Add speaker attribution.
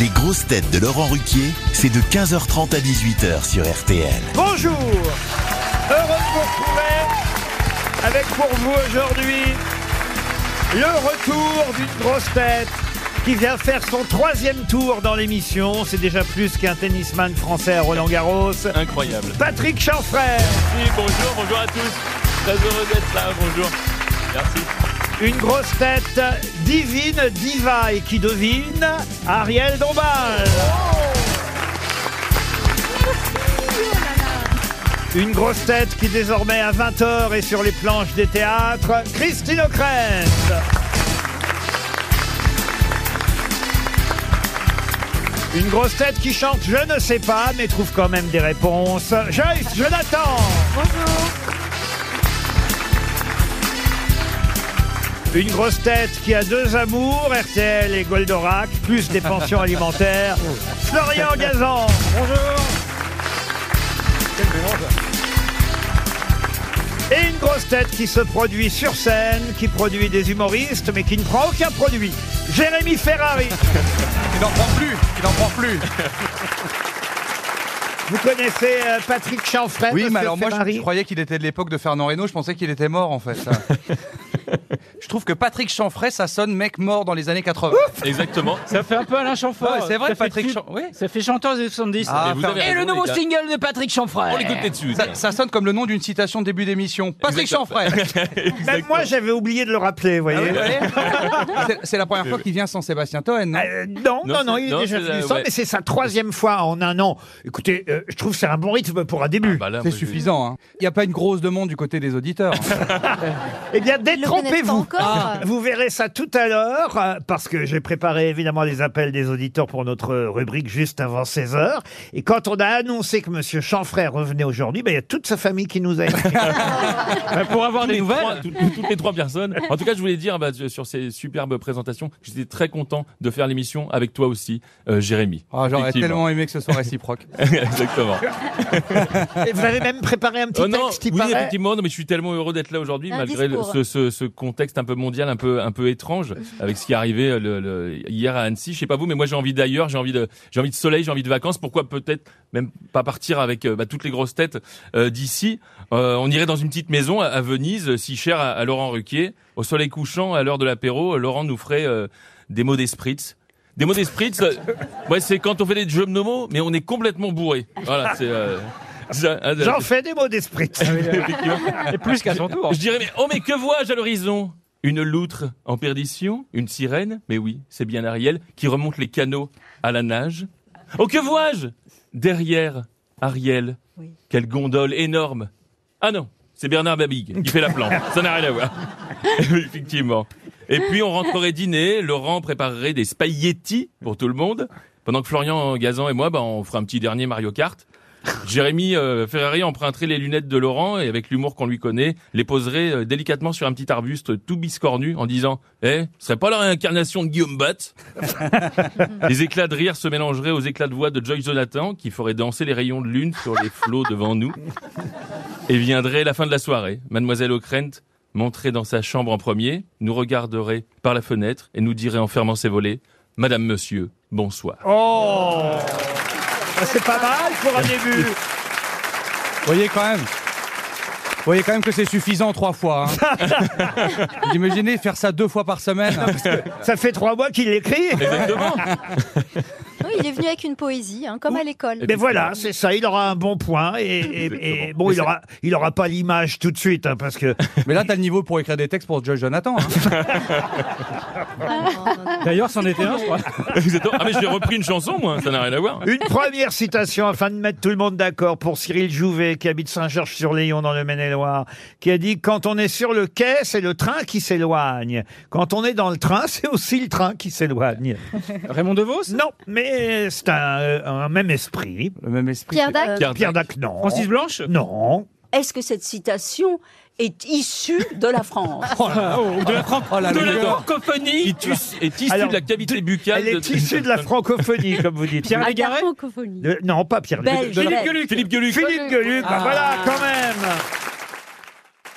Speaker 1: Les grosses têtes de Laurent Ruquier, c'est de 15h30 à 18h sur RTL.
Speaker 2: Bonjour Heureux de vous retrouver avec pour vous aujourd'hui le retour d'une grosse tête qui vient faire son troisième tour dans l'émission. C'est déjà plus qu'un tennisman français à Roland Garros.
Speaker 3: Incroyable.
Speaker 2: Patrick Chanfray,
Speaker 3: Merci, bonjour, bonjour à tous. Très heureux d'être là, bonjour. Merci.
Speaker 2: une grosse tête divine, diva et qui devine Ariel Dombal. Une grosse tête qui désormais à 20h est sur les planches des théâtres, Christine O'Krent. Une grosse tête qui chante Je ne sais pas, mais trouve quand même des réponses. Joyce Jonathan. Bonjour. Une grosse tête qui a deux amours, RTL et Goldorak, plus des pensions alimentaires. Florian Gazan. Bonjour. Et une grosse tête qui se produit sur scène, qui produit des humoristes, mais qui ne prend aucun produit. Jérémy Ferrari.
Speaker 4: Il n'en prend plus, il n'en prend plus.
Speaker 2: Vous connaissez euh, Patrick Chanfray
Speaker 4: Oui, mais
Speaker 2: monsieur
Speaker 4: alors moi je,
Speaker 2: Ferrari
Speaker 4: je croyais qu'il était de l'époque de Fernand Reynaud, je pensais qu'il était mort en fait. je trouve que Patrick Chanfray, ça sonne mec mort dans les années 80.
Speaker 3: Exactement.
Speaker 5: Ça fait un peu Alain Chanfort.
Speaker 4: Ouais, c'est vrai,
Speaker 5: oh, ça fait
Speaker 4: Patrick
Speaker 5: tube.
Speaker 4: Chan- oui.
Speaker 5: Ça fait chanteur des années 70.
Speaker 4: Ah,
Speaker 3: Et vous
Speaker 4: Fer-
Speaker 3: avez
Speaker 6: Et
Speaker 3: raison,
Speaker 6: le nouveau
Speaker 3: les gars.
Speaker 6: single de Patrick Chanfray.
Speaker 3: On l'écoute dessus.
Speaker 4: ça, ça sonne comme le nom d'une citation de début d'émission. Patrick
Speaker 3: Exactement.
Speaker 4: Chanfray.
Speaker 2: Même Ben, moi, j'avais oublié de le rappeler, vous voyez.
Speaker 4: C'est- C'est la première fois qu'il vient sans Sébastien Toen. non
Speaker 2: Euh, non, non,
Speaker 3: Non,
Speaker 2: non,
Speaker 3: Ah, c'est-
Speaker 2: il est
Speaker 3: non,
Speaker 2: déjà
Speaker 3: c'est
Speaker 2: venu
Speaker 3: la-
Speaker 2: sans,
Speaker 3: ouais.
Speaker 2: mais c'est sa troisième fois en un an. Écoutez, euh, je trouve que c'est un bon rythme pour un début.
Speaker 3: Bah là,
Speaker 4: C'est
Speaker 3: moi, je-
Speaker 4: suffisant. hein. Il n'y a pas une grosse demande du côté des auditeurs.
Speaker 2: Eh bien,
Speaker 7: le connaissent pas
Speaker 2: détrompez-vous. Ah.
Speaker 7: encore.
Speaker 2: Vous verrez ça tout à l'heure, euh, parce que j'ai préparé évidemment les appels des auditeurs pour notre rubrique juste avant 16h. Et quand on a annoncé que Monsieur Chanfray revenait aujourd'hui, ben, il y a toute sa famille qui nous a écrit.
Speaker 5: Bah, pour avoir
Speaker 3: Tous
Speaker 5: des
Speaker 3: les
Speaker 5: nouvelles.
Speaker 3: trois- tout- tout- toutes les trois personnes. En tout cas, je voulais dire bah, sur ces superbes présentations, j'étais très content de faire l'émission avec toi aussi, euh, Jérémy.
Speaker 4: Ah, J'aurais
Speaker 3: Effectivement.
Speaker 4: tellement aimé que ce soit réciproque.
Speaker 3: Exactement.
Speaker 2: Et vous avez même préparé un petit
Speaker 3: Oh non,
Speaker 2: texte, il
Speaker 3: oui,
Speaker 2: paraît.
Speaker 3: effectivement, non, mais je suis tellement heureux d'être là aujourd'hui,
Speaker 7: Un
Speaker 3: malgré le-
Speaker 7: discours.
Speaker 3: ce, ce- ce contexte un peu mondial, un peu, un peu étrange, avec ce qui est arrivé euh, le- le- hier à Annecy. Je sais pas vous, mais moi j'ai envie d'ailleurs, j'ai envie de, j'ai envie de soleil, j'ai envie de vacances. Pourquoi peut-être même pas partir avec euh, bah, toutes les grosses têtes euh, d'ici Euh, On irait dans une petite maison à, à Venise, euh, si chère à, à Laurent Ruquier, au soleil couchant, à l'heure de l'apéro. euh, Laurent nous ferait euh, des mots des spritz. Des mots des spritz, euh, ouais, c'est quand on fait des jeux de nos mots, mais on est complètement bourré. Voilà, c'est. euh, ça-
Speaker 2: J'en fais des mots d'esprit.
Speaker 5: Et plus qu'à son tour.
Speaker 3: je dirais, mais oh, mais que vois-je à l'horizon Une loutre en perdition Une sirène Mais oui, c'est bien Ariel qui remonte les canaux à la nage. Oh, que vois-je Derrière Ariel, quelle gondole énorme Ah non, c'est Bernard Babig qui fait la planche. Ça n'a rien à voir. Effectivement. Et puis on rentrerait dîner, Laurent préparerait des spaghettis pour tout le monde, pendant que Florian Gazan et moi, ben, on ferait un petit dernier Mario Kart. Jérémy euh, Ferrari emprunterait les lunettes de Laurent et avec l'humour qu'on lui connaît, les poserait euh, délicatement sur un petit arbuste tout biscornu en disant "Eh, ce serait pas la réincarnation de Guillaume Bat Les éclats de rire se mélangeraient aux éclats de voix de Joyce Jonathan qui ferait danser les rayons de lune sur les flots devant nous. Et viendrait la fin de la soirée. Mademoiselle O'Krent monterait dans sa chambre en premier, nous regarderait par la fenêtre et nous dirait en fermant ses volets "Madame monsieur, bonsoir."
Speaker 2: Oh Ah, C'est pas mal pour un début.
Speaker 4: Vous voyez quand même Vous voyez quand même que c'est suffisant trois fois. Hein. Vous imaginez faire ça deux fois par semaine
Speaker 2: Ça fait trois mois qu'il l'écrit.
Speaker 3: Exactement.
Speaker 7: Oui, il est venu avec une poésie, hein, comme à l'école.
Speaker 2: Mais voilà, c'est ça, il aura un bon point. Et, et-
Speaker 3: Exactement.
Speaker 2: et bon, il aura, il aura pas l'image tout de suite, hein, parce que
Speaker 4: Mais là, t'as le niveau pour écrire des textes pour Joy Jonathan. hein.
Speaker 7: Ah,
Speaker 5: D'ailleurs, c'en était un, je crois.
Speaker 3: Exactement. Ah mais j'ai repris une chanson moi, ça n'a rien à voir.
Speaker 2: une première citation afin de mettre tout le monde d'accord pour Cyril Jouvet, qui habite Saint-Georges-sur-Léon dans le Maine-et-Loire, qui a dit Quand on est sur le quai, c'est le train qui s'éloigne. Quand on est dans le train, c'est aussi le train qui s'éloigne.
Speaker 5: Raymond
Speaker 3: Euh,
Speaker 5: DeVos
Speaker 2: Non, mais c'est un, euh, un même esprit.
Speaker 4: Le même esprit.
Speaker 7: Pierre Dac,
Speaker 3: Pierre
Speaker 2: Pierre Dac, non.
Speaker 5: Francis Blanche
Speaker 2: Non.
Speaker 8: Est-ce que cette citation est issue de la France
Speaker 4: Oh là
Speaker 5: Oh, ou de la Fran-
Speaker 4: oh là
Speaker 5: de
Speaker 4: là.
Speaker 5: la
Speaker 3: d'accord.
Speaker 5: francophonie
Speaker 3: Il tus- est issu
Speaker 2: Alors,
Speaker 3: de la cavité buccale.
Speaker 2: Elle est issue de la francophonie, comme vous dites.
Speaker 5: Pierre
Speaker 8: Ah,
Speaker 5: Légaré
Speaker 8: d'accord.
Speaker 2: De- non, pas Pierre Dac.
Speaker 8: Belge.
Speaker 5: Philippe
Speaker 8: Belge.
Speaker 5: Gueluc
Speaker 3: Philippe Gueluc.
Speaker 2: Philippe Gueluc, bah voilà, quand même